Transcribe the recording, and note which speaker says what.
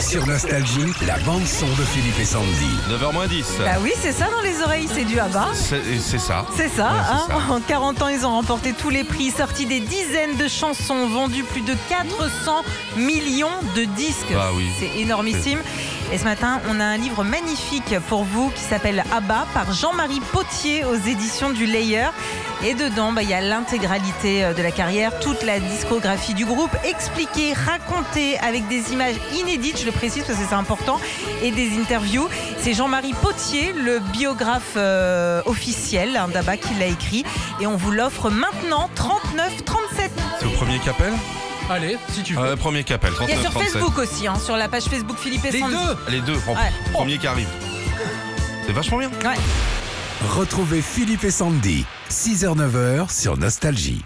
Speaker 1: Sur Nostalgie, la bande-son de Philippe et Sandy.
Speaker 2: 9h moins 10.
Speaker 3: Bah oui, c'est ça dans les oreilles, c'est du bas.
Speaker 2: C'est c'est ça.
Speaker 3: C'est ça,
Speaker 2: Ouais,
Speaker 3: hein
Speaker 2: c'est ça.
Speaker 3: en 40 ans, ils ont remporté tous les prix, sorti des dizaines de chansons, vendu plus de 400 millions de disques.
Speaker 2: Bah oui.
Speaker 3: C'est énormissime. Et ce matin, on a un livre magnifique pour vous qui s'appelle Abba par Jean-Marie Potier aux éditions du Layer. Et dedans, bah, il y a l'intégralité euh, de la carrière, toute la discographie du groupe, expliquée, racontée avec des images inédites, je le précise parce que c'est important, et des interviews. C'est Jean-Marie Potier, le biographe euh, officiel hein, d'Abba, qui l'a écrit. Et on vous l'offre maintenant, 39, 37.
Speaker 2: C'est au premier qu'appel
Speaker 4: Allez, si tu veux.
Speaker 2: Euh, Premier qu'appel,
Speaker 3: Il y a
Speaker 2: 39
Speaker 3: sur
Speaker 2: 37.
Speaker 3: Facebook aussi, hein, sur la page Facebook Philippe et
Speaker 4: Les
Speaker 3: Sandy.
Speaker 4: deux
Speaker 2: Les deux, en-
Speaker 3: Ouais.
Speaker 2: premier qui arrive. C'est vachement bien.
Speaker 3: Ouais.
Speaker 1: Retrouvez Philippe et Sandy, 6h-9h sur Nostalgie.